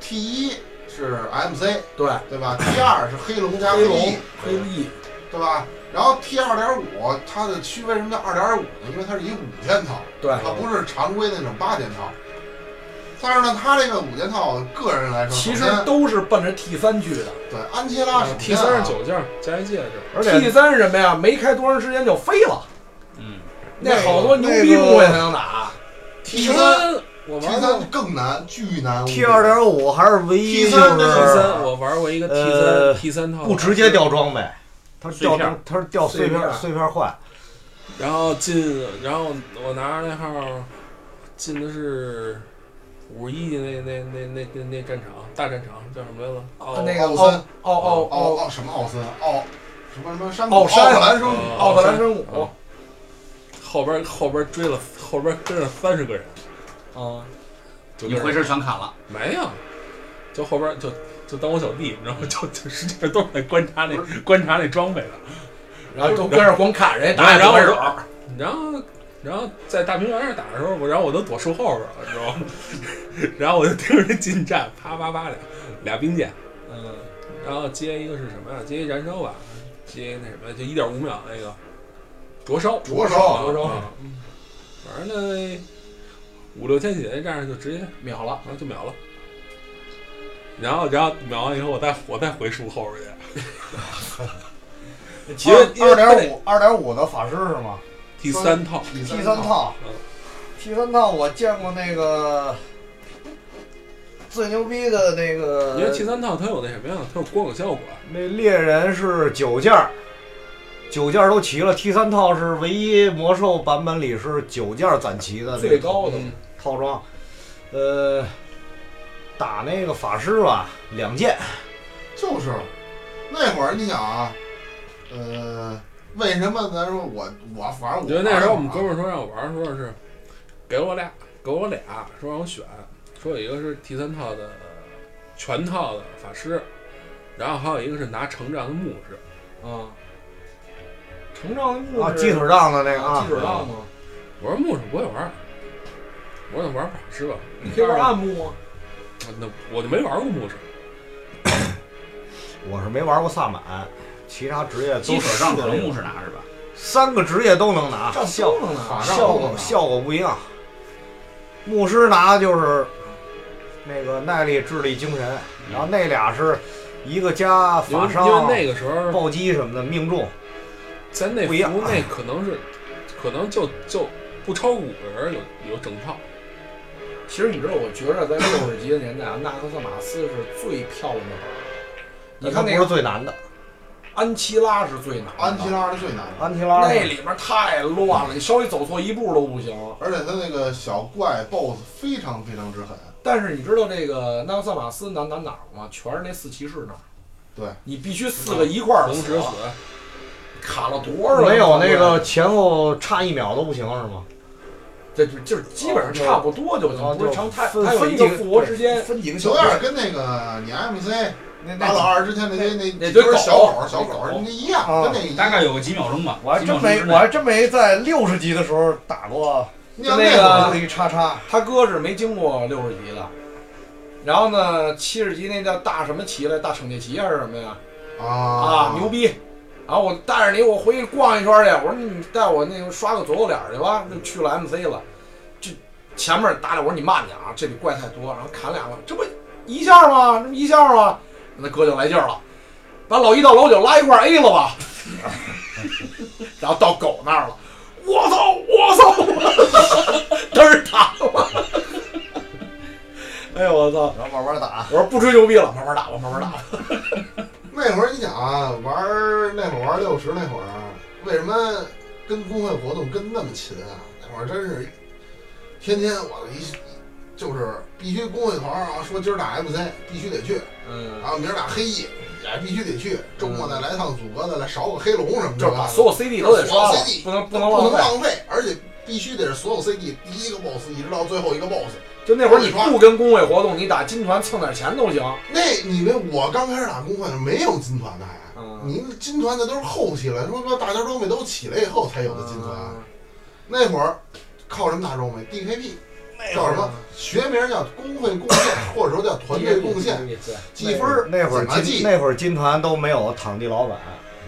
B: T 一是 MC
A: 对，
B: 对吧
A: [LAUGHS]
B: ？T 二是黑龙加
A: 黑龙
B: 翼
A: 黑翼，
B: 对吧？然后 T 二点五它的区为什么叫二点五呢？因为它是一五件套，
A: 对
B: 它不是常规那种八件套。但是呢，它这个五件套，个人来说，
A: 其实
B: 首先
A: 都是奔着 T 三去的。
B: 对安琪拉首
D: T
B: 先啊
D: 三十九件加一戒指，
E: 而
A: T
E: 且
A: 三是什么呀？没开多长时间就飞了，
C: 嗯，
A: 那
E: 那个
A: 好多牛逼部位才能打。
B: T 三
D: 三我
B: T
D: 玩过
B: 三更难，巨难无比。
E: T 二点五还是唯一
B: T3
E: 就
B: 那
D: T
E: 是
D: 三，我玩过一个 T
E: 呃
D: 三 T 三套，
E: 不直接。掉装备，它是掉
C: 碎片
E: 它是掉碎
A: 碎
E: 片啊
A: 片
E: 碎片换。
D: 然后进，然后我拿着那号进的是五十一那那那那那那战场大战场叫什么来着？哦，
A: 那个
B: 奥
A: 奥
B: 森
A: 奥奥
B: 奥
A: 奥
B: 奥什么奥森奥什么什么山
A: 奥山
B: 奥克兰山
D: 哦
A: 奥特兰神谷
D: 哦后边后边追了，后边跟着三十个人，
A: 啊，
D: 就
C: 你
D: 跟着
C: 回身全砍了，
D: 没有，就后边就就当我小弟，然后就就实际上都是在观察那观察那装备的。
A: 然后就跟着光砍人，打
D: 然
A: 也
D: 后
A: 不
D: 我
A: 还
D: 就
A: 手。
D: 然后然后在大平原上打的时候，我然后我都躲树后边了，知道吗？ [LAUGHS] 然后我就盯着那近战，啪啪啪俩俩兵线，
A: 嗯，
D: 然后接一个是什么呀？接一燃烧吧，接一那什么，就一点五秒那个灼烧，
B: 灼烧
A: 灼烧
D: 啊嗯反正那五六千血那战士就直接
A: 秒了。
D: 然后就秒了。
B: [LAUGHS]
D: 然后，然后秒完以后，我再我再回树后边去。
A: 其实因为
B: 二
A: 它
B: 点
A: 得
B: 五二点五的法师是吗
D: 第三套，
B: ？T
E: T 三套
D: 嗯
E: ，T 三套我见过那个最牛逼的那个，
D: 因为 T 三套它有那什么呀？它有光影效果，
E: 那猎人是九件儿，九件儿都齐了。T 三套是唯一魔兽版本里是九件儿攒齐的那个
A: 最高的
D: 嗯，
E: 套装。呃，打那个法师吧，两件。
B: 就是那会儿，你想啊，呃，为什么咱说我我反
E: 呃
B: 正我
D: 我觉得那时候我们哥们儿说让我玩儿，说是给我俩，给我俩，说让我选，说有一个是 T 三套的全套的法师，然后还有一个是拿成杖的牧师。
A: 啊，成长的
E: 啊
A: 木，
E: 鸡腿仗的那个
A: 啊，
E: 啊
A: 鸡，腿浪吗？
D: 我说牧师不会玩儿，我说那玩法师吧，
A: 你可以玩暗木吗？
D: 那我就没玩过牧师。
E: 我是没玩过萨满，其他职业
C: 鸡
E: 都
C: 腿上
E: 试
C: 可
E: 了
C: 能牧师拿是吧？
E: 三个职业都能拿，
A: 上
E: 效
A: 了呢，
B: 法杖
E: 效
B: 都能
E: 果
B: 拿
E: 效果不一样。牧师拿的就是那个耐力、智力、精神，然后那俩是一个加
D: 因为
E: 法啊
D: 因
E: 伤、
D: 为那个时候
E: 暴击什么的命中，
D: 在那
E: 不
D: 服
E: 一样
D: 那可能是，可能就就不超过五个人有有整套，
A: 其实你知道，我觉着在六十级的年代啊，纳克萨马斯是最漂亮的本儿。你看
E: 那
A: 那
E: 不是
A: 个
E: 最难的，
A: 安琪拉是最难的，
B: 安提拉是最难的，
E: 安提拉
A: 那里边太乱了，你稍微走错一步都不行。
B: 而且他那个小怪 BOSS 非常非常之狠，
A: 但是你知道这个纳克萨马斯难难哪儿吗？全是那四骑士那儿。
B: 对，
A: 你必须四个一块儿
D: 同时
A: 死
D: 死，
A: 卡了多少？啊
E: 没有那个，前后差一秒都不行是吗？
A: 这就就是基本上差不多啊就
E: 哦
A: 行，
E: 就
A: 不是长太，
E: 分
A: 它有一个复活时间。
E: 分几个
B: 就有点跟那个你 MC
E: 那
B: 打老
E: 那
B: 二之前那些那
A: 那
B: 那
A: 堆
B: 堆
A: 狗
B: 小狗小
A: 那
B: 狗
A: 狗
B: 那一样，
E: 啊
B: 跟那一
C: 大
B: 样。
C: 概有个几秒钟吧。
E: 我还
C: 几
E: 真
C: 秒钟
E: 没
C: 之，内
E: 我还真没在六十级的时候打过，
B: 你
E: 就
B: 像
E: 那
B: 那会
E: 个
B: 儿
E: 一叉叉，
A: 他哥是没经过六十级的，然后呢，七十级那叫大什么旗来？大惩戒旗还是什么呀？啊，牛逼！然后我带着你，我回去逛一圈去。我说你带我那个刷个左右脸去吧，就去了 MC 了。这前面打脸，我说你慢点啊，这里怪太多。然后砍两个，这不一下吗？这不一下吗？那哥就来劲儿了，把老一到老九拉一块儿 A 了吧， [LAUGHS] 然后到狗那儿了。我操！我操！ [LAUGHS] 嘚儿打我！哎呦我操！
E: 然后慢慢打。
A: 我说不吹牛逼了，慢慢打吧，慢慢打吧。
B: 那会儿你想啊，玩儿那会儿玩六十那会儿啊，为什么跟工会活动跟那么勤啊？那会儿真是天天我一就是必须工会团儿啊，说今儿打 MC 必须得去，
A: 嗯
B: 然，后明儿打黑夜也必须得去，周末再来趟组合的，来少个黑龙什么的。
A: 就是把所有 CD 都得刷了，不能不
B: 不
A: 能
B: 能
A: 浪费。
B: 浪费，而且必须得是所有 CD 第一个 BOSS 一直到最后一个 BOSS。
A: 就那会儿你不跟工会活动，你打金团蹭点钱都行。
B: 那你们我刚开始打工会没有金团的还。
A: 嗯，
B: 你金团那都是后期了，说说大家装备都起来以后才有的金团。啊
A: 嗯
B: 那会儿靠什么打装备？DKP 叫什么？学名叫工会贡献，或者说叫团队贡献，积分儿
E: 那会儿
B: 怎么
E: 金
B: 记？
E: 那会儿金团都没有躺地老板，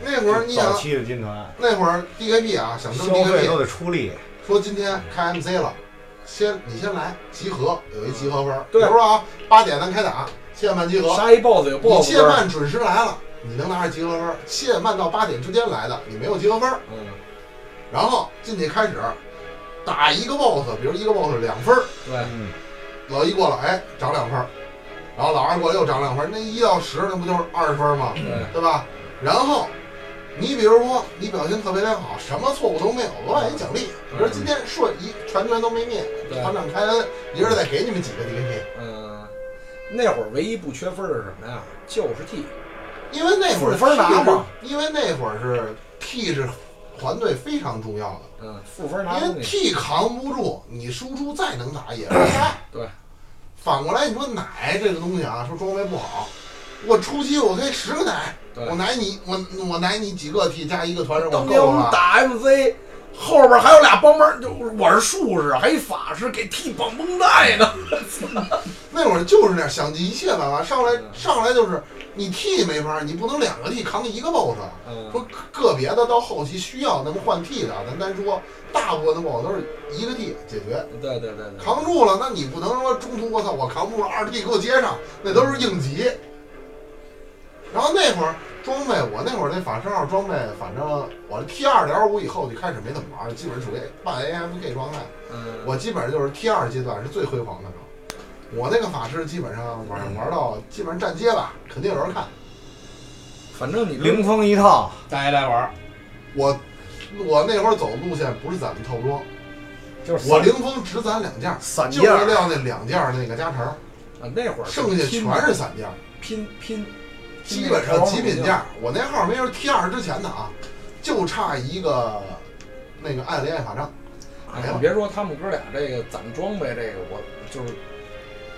B: 那会儿你
E: 早
B: 想，
E: 期的金团
B: 那会儿 DKP 啊，想争
E: 消费都
B: DKP，
E: 得出力，
B: 说今天开 MC 了，先你先来集合，有一集合分儿，
A: 对
B: 比如说啊，八点咱开打，七点半集合，
A: 杀一 BOSS 有
B: 你
A: BOSS
B: 七点半准时来了，你能拿着集合分儿；七点半到八点之间来的，你没有集合分儿。
A: 嗯，
B: 然后进去开始打一个 boss，比如一个 boss 两分儿，
A: 对，
E: 嗯，
B: 老一过来，哎，涨两分儿，然后老二过来又涨两分儿，那一到十那不就是二十分儿吗？
A: 对
B: 对吧？然后你比如说你表现特别良好，什么错误都没有，额外一奖励，比如今天顺一全员都没灭，
A: 对
B: 团长开恩，一人再给你们几个 DKP，
A: 嗯，那会儿唯一不缺分的是什么呀？就是 T，
B: 因为那会儿
A: 分儿拿
B: T
A: 嘛
B: 是因为那会儿是 T 是团队非常重要的。
A: 嗯，负分拿
B: 因
A: 东
B: 为
A: 西。。
B: T 扛不住，你输出再能打也是杀
A: 对，
B: 反过来你说奶这个东西啊，说装备不好，我初期我可以十个奶，
A: 对
B: 我奶你我我奶你几个 T 加一个团人我
A: 当年我
B: 够
A: 们
B: 了。
A: 打 MC，后边还有俩帮帮，就我是术士，还一法师给 T 绑绷带呢。
B: 那会儿就是那样，想尽一切办法，上来
A: 嗯
B: 上来就是你 T 没法，你不能两个 T 扛一个 BOSS。
A: 嗯
B: 说个别的到后期需要那么换 T 的，咱单说，大部分的 BOSS 都是一个 T 解决。
A: 嗯对对对对，
B: 扛住了，那你不能说中途我操我扛不住了，二弟给我接上，那都是应急。然后那会儿装备我那会儿那法师号装备，反正我 T 二点五以后就开始没怎么玩了，基本属于半 AFK 状态。
A: 嗯，
B: 我基本上就是 T 二阶段是最辉煌的时候，我那个法师基本上玩玩到基本上站街了，肯定有人看。
A: 反正你
E: 灵风一套，
C: 大家来玩儿，
B: 我我那会儿走路线不是咱们套装，
A: 就是
B: 我
A: 零
B: 灵风只攒两件儿，
E: 散
B: 就
E: 件
B: 是
E: 儿
B: 撂那两件儿那个加成儿，
A: 啊那会儿是
B: 剩下
A: 拼
B: 全是散件儿，
A: 拼拼，
B: 基本上极品价。我那号儿没有 T 二之前的啊，就差一个那个暗恋爱法杖，
A: 哎呀，你别说他们哥俩这个攒装备这个，我就是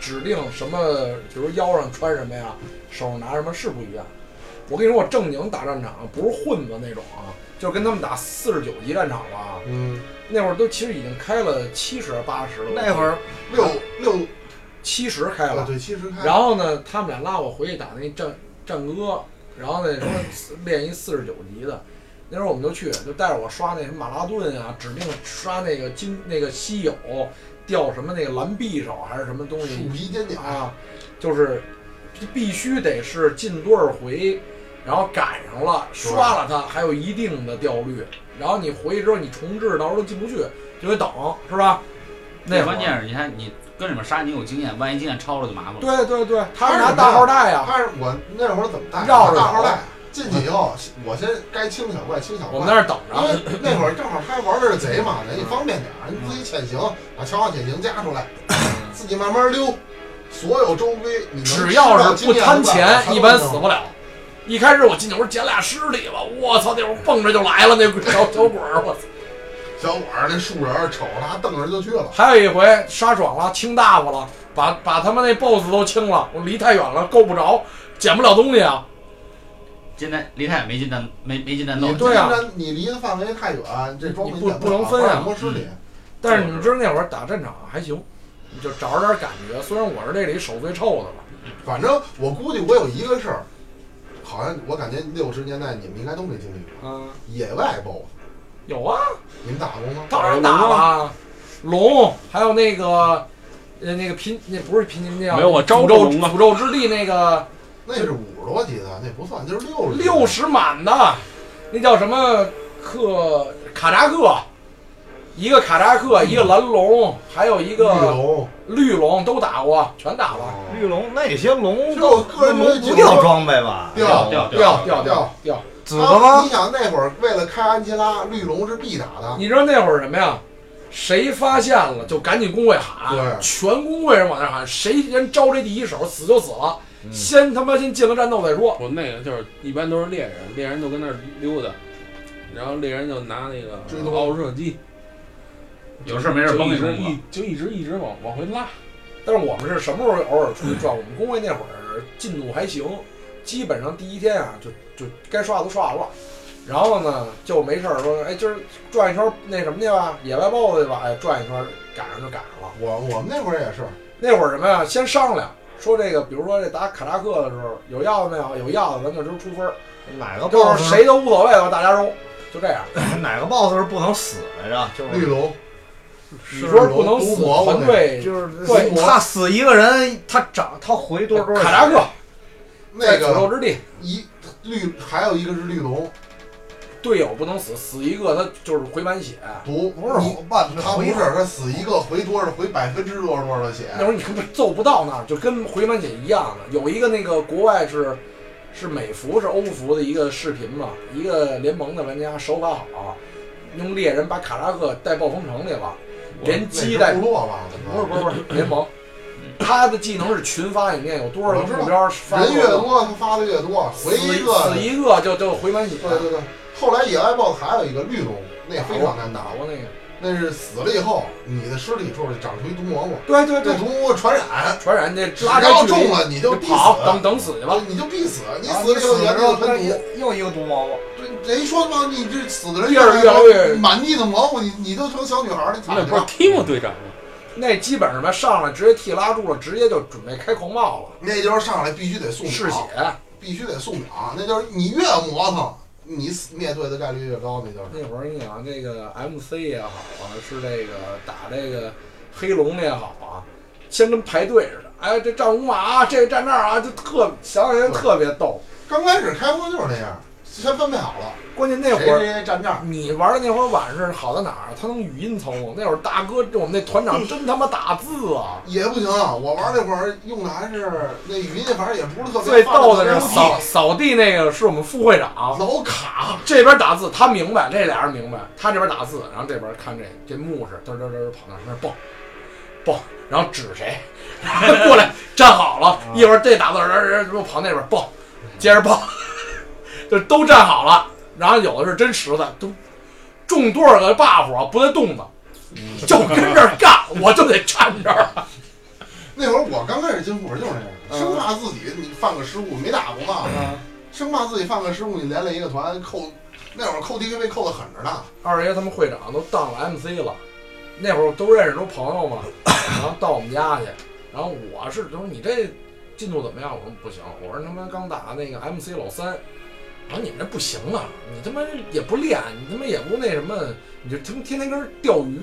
A: 指定什么，比如腰上穿什么呀，手上拿什么是不一样。我跟你说，我正经打战场不是混子那种啊，就是跟他们打四十九级战场了啊，
B: 嗯，
A: 那会儿都其实已经开了七十八十了，
E: 那会儿
B: 六六
A: 七十开
B: 啊
A: 了。
B: 对七十开，
A: 然后呢，他们俩拉我回去打那战战歌，然后那什么练一四十九级的，那时候我们就去，就带着我刷那什么马拉顿啊，指定刷那个金那个稀有，掉什么那个蓝匕首还是什么东
B: 树
A: 西
B: 皮尖甲，
A: 啊，就是必须得是进多少回，然后赶上了刷了它，还有一定的掉率，然后你回去之后你重置，到时候进不去就得等，是吧？那会
C: 关
A: 儿
C: 键是你看你跟里面杀，你有经验，万一经验超了就麻烦了。
A: 对对对，他
B: 他
A: 们
B: 是
A: 拿
B: 什么呀
A: 大号带呀、
B: 他是我那会儿怎么带？
A: 绕着
B: 大号
A: 走
B: 带进去以后，我先该清小怪清小怪
A: 我们，在那儿等着
B: 然。后那会儿正好他玩的是贼嘛，人家方便点儿，你自己潜行，把强化潜行加
A: [LAUGHS]
B: 出来，自己慢慢溜。所有周边你能
A: 只要是
B: 吃
A: 不
B: 到经验的
A: 贪
B: 话
A: 钱，
B: 全
A: 一
B: 都
A: 般
B: 能
A: 死不了。一开始我进去，我说捡俩尸体吧，我操，那会儿蹦着就来了，那小小鬼儿，我操！
B: 小伙儿那树人儿瞅着他瞪着就去了，
A: 还有一回杀爽了，清大发了，把把他们那 BOSS 都清了，我离太远了，够不着，捡不了东西啊。
C: 今天离太远没进战，没没进战斗
B: 你。
A: 对啊
B: 离着你离的范围太远，这装备
A: 你不
B: 见
A: 不能分啊
B: 玩魔师里，
A: 但是你知道那会儿打战场啊还行，你就找着点感觉。虽然我是这里手最臭的了，
B: 反正我估计我有一个事儿，好像我感觉六十年代你们应该都没经历过
A: 嗯，
B: 野外 BOSS，
A: 有啊，
B: 你们打过吗？
A: 当然打了，龙还有那个。呃，那个贫那不是贫民那叫
D: 没有我招
A: 诅
D: 过
A: 咒
D: 龙啊
A: 诅咒之地那个
B: 那是五十多级的，那不算，就是六十
A: 六十满的，那叫什么克卡扎克，一个卡扎克，一个蓝龙，还有一
B: 绿
A: 个
B: 龙，哦
A: 绿龙，都打过，全打了。
E: 绿龙那些龙
B: 就我
E: 都
B: 个人觉得
E: 龙不掉装备吧？
B: 掉啊
C: 掉掉
A: 掉掉
B: 掉
A: 掉掉！
E: 紫的吗
B: 你？想那会儿为了开安琪拉，绿龙是必打的，
A: 你知道那会儿什么呀？谁发现了就赶紧工会喊，
B: 对
A: 全工会人往那喊，谁人招这第一手死就死了，先他妈先进了战斗再说。
D: 我那个就是一般都是猎人，猎人就跟那儿溜达，然后猎人就拿那个
B: 追踪
D: 奥射击，
C: 有事儿没事儿
D: 就
C: 崩
D: 一
C: 一
D: 直
C: 崩吧
D: 一。就一直一直往往回拉。
A: 但是我们是什么时候偶尔出去转？我们工会那会儿进度还行，基本上第一天啊，就就该刷的都刷完了，然后呢就没事儿说，哎，今儿转一圈儿那什么去吧，野外 BOSS 去吧，哎，转一圈儿赶上就赶上了。
B: 我我们那会儿也是，
A: 那会儿什么呀？先商量说这个，比如说这打卡扎克的时候有药没有？有药的咱就直接出分儿，
E: 哪个
A: 就是
E: boss
A: 谁都无所谓了，大家都就这样。
E: 哪个 boss 是不能死来着？
A: 嗯
E: 就
B: 绿
E: 是
B: 龙
A: 你说不能死
B: 毒蘑菇
A: 团
B: 那
A: 队，
E: 就是
A: 对
E: 他死一个人，他长他回多少多少
A: 卡扎克
B: 那
A: 在诅
B: 个
A: 咒之地。
B: 一绿，还有一个是绿龙
A: 队友不能死，死一个他就是回满血。
B: 毒，
E: 不是
B: 你
E: 我办
B: 他不
E: 回
B: 是他死一个回多少回百分之多少多少的血，
A: 那会儿你根本揍不到那儿，就跟回满血一样的。有一个那个国外是是美服是欧服的一个视频嘛，一个联盟的玩家手法好，用猎人把卡扎克带暴风城里了，连
B: 那
A: 击
B: 是
A: 带
B: 部落吧？
A: 不是不是不是联盟，他的技能是群发演练，有多少
B: 我知
A: 个
B: 道
A: 目标发
B: 人越
A: 多少个
B: 多他发的越多，回
A: 死
B: 一个
A: 死一个就就回满血。
B: 对对对。后来野外 BOSS 还有一个绿龙，那非常难打
A: 打，过那个，
B: 那是死了以后，你的尸体处里长出一毒蘑菇，
A: 对对
B: 这
A: 对，
B: 毒蘑菇传染，
A: 传染那
B: 只
A: 拉
B: 要
A: 开距
B: 中
A: 离
B: 了你就必
A: 跑，等
B: 死，
A: 等死去吧。
B: 你就必死，你
E: 啊
B: 死了以后
E: 死
B: 你还得
E: 了之后
B: 有
E: 他
B: 喷毒
E: 又。又一个毒蘑菇，
B: 这人说嘛，你这死的人
A: 越来越
B: 多
A: 越来越
B: 满地的蘑菇，你你都成小女孩儿了，你
D: 那
B: 惨
D: 不是
B: 了。
D: 提莫队长吗？
A: 那基本上吧，上来直接 T 拉住了，直接就准备开狂暴了。
B: 那就是上来必须得送
A: 嗜血
B: 秒，，必须得送秒，那就是你越磨蹭，你死灭队的概率越高，那就是。
A: 那会儿你想那个 MC 也好啊，是这个打这个黑龙也好啊，先跟排队似的。哎，这站五马啊，这个站那儿啊，就特想想就特别逗。
B: 刚开始开播就是那样，先分配好了，
A: 关键那
B: 谁
A: 会儿
B: 谁谁站这儿，
A: 你玩的那会儿晚是好在哪儿？啊他能语音操控。那会儿大哥，我们那团长真他妈打字啊！
B: 也不行。我玩那会儿用的还是那语音，反正也不是特别
A: 最逗的是
B: 发特别
A: 扫
B: 清晰
A: 扫地那个是我们副会长，
B: 老卡，
A: 这边打字他明白，这俩人明白，他这边打字，然后这边看这这牧师嘚嘚嘚跑那儿那儿蹦蹦，然后指谁 [LAUGHS] 过来站好了，一会儿这打字人人就跑那边蹦，接着蹦， [LAUGHS] 就都站好了，然后有的是真实在，都中多少个 buff 啊，不带动的，就跟这儿干，我就得站这儿。
B: 那会儿我刚开始进副本就是
A: 嗯
B: 那样，生怕自己你犯个失误，没打过嘛，生怕自己犯个失误，你连累一个团扣。那会儿扣 DKB 扣的狠着呢，
A: [LAUGHS] 二爷他们会长都当了 MC 了，那会儿都认识都朋友嘛，然后到我们家去，然后我是就说你这进度怎么样？我说不行，我说他妈刚打那个 MC 老三，我说你们这不行啊，你他妈也不练，你他妈也不那什么，你就他妈天天跟这儿钓鱼，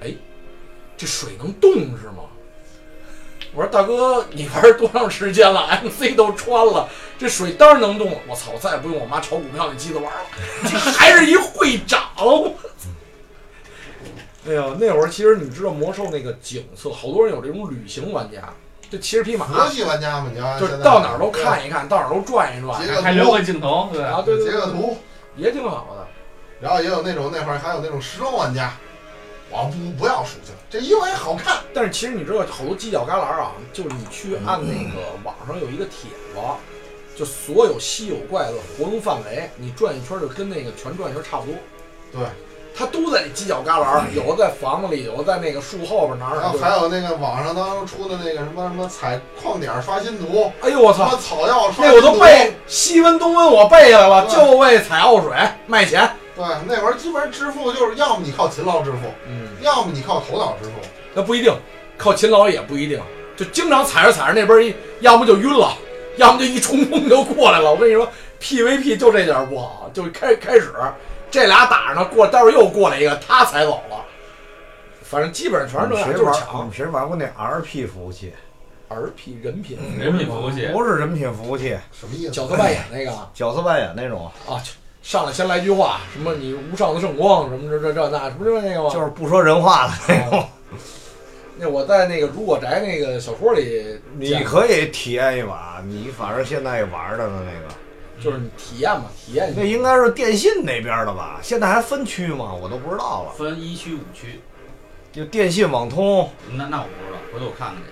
A: 哎，这水能动是吗？我说大哥，你玩儿多长时间了？MC [LAUGHS] 都穿了，这水当然能动了。我操，我再也不用我妈炒股票那机子玩了，你还是一会长。 [LAUGHS] 哎呀，那会儿其实你知道魔兽那个景色，好多人有这种旅行玩家，就骑着匹马，
B: 佛系玩家嘛，你要
A: 啊就
B: 现在
A: 到哪儿都，看一看，到哪儿都转一转，
B: 截个
C: 还留
B: 图，
C: 个镜头，对
A: 然
C: 吧？
A: 后对对
B: 截个
A: 对，
B: 图，
A: 也挺好的。
B: 然后也有那种那会儿还有那种时装玩家，我不不要属性，这因为好看。
A: 但是其实你知道，好多犄角旮旯啊，就是你去按那个网上有一个帖子，就所有稀有怪的活动范围，你转一圈就跟那个全转一圈差不多。
B: 对，
A: 它都在那犄角旮
B: [CLEARS THROAT]
A: 旯，有的在房子里，有的在那个树后边哪儿
B: 然
A: 哪
B: 后还
A: 儿。
B: 有那个网上当时出的那个什么什么采矿点刷新图，
A: 哎呦我
B: 什
E: 啊
A: 操！
B: 么草药刷
A: 那我
B: 新图，
A: 都背西温东温，我背下来了，
B: 对
A: 就为采药水卖钱。
B: 对，那会儿基本上致富就是要么你靠勤劳致富，
A: 嗯。
B: 要么你靠头脑致富。
A: 那不一定，靠勤劳也不一定，就经常踩着踩着那边一，要么就晕了，要么就一冲锋就过来了。我跟你说，PVP 就这点儿不好，就开开始这俩打着呢，过待会儿又过来一个，他踩走了。反正基本上全是这样，
E: 谁
A: 就是
E: 玩？我
A: 抢
E: 们谁玩过那 RP 服务器？
A: 嗯儿皮人品，
C: 嗯人品服务器，
E: 不是人品服务器，
B: 什么意思？
A: 角色扮
B: [LAUGHS]
A: 演那个啊，
E: 角色扮演那种，
A: 就上来先来句话，什么你无上的圣光，什么这这这那，什么就是那个吗？
E: 就是不说人话的那种。
A: 那我在那个如果宅那个小说里见
E: 你
A: 过，
E: 可以体验一把，你反正现在也玩着呢那个。
A: 就是你体验嘛，体验一下
E: 那应该是电信那边的吧？现在还分区吗？我都不知道了。
C: 分一区五区，
E: 就电信、网通
C: 那那我不知道，回头我看看去。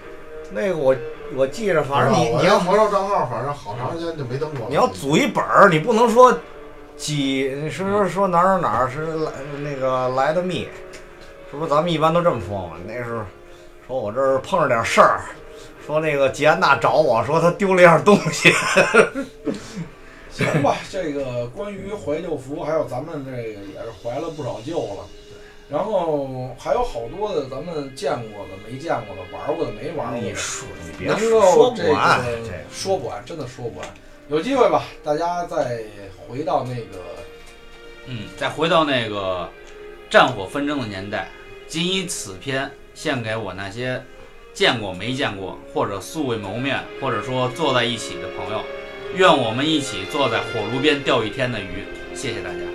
E: 那个我，我记着，
B: 不知
E: 反
B: 道
E: 正你
B: 我
E: 你要
B: 这魔兽账号，反正好长时间就没登过了。
E: 你要组一本儿，你不能说几是说说哪儿哪儿哪儿是来那个来的密，是不是？咱们一般都这么说嘛。那时候说我这儿碰着点事儿，说那个吉安娜找我说她丢了一样东西，
A: 行吧，这个关于怀旧服，还有咱们这个也是怀了不少旧了，然后还有好多的咱们见过的、没见过的、玩过的、没玩过
E: 你
A: 的，
E: 说你哎别
A: 能
E: 说
A: 够
E: 说
A: 这
E: 不完啊
A: 个
E: 这个。
A: 说不完，真的说不完。有机会吧，大家再回到那个
C: 嗯，再回到那个战火纷争的年代，仅以此篇献给我那些见过没见过，或者素未谋面，或者说坐在一起的朋友。愿我们一起坐在火炉边钓一天的鱼。谢谢大家。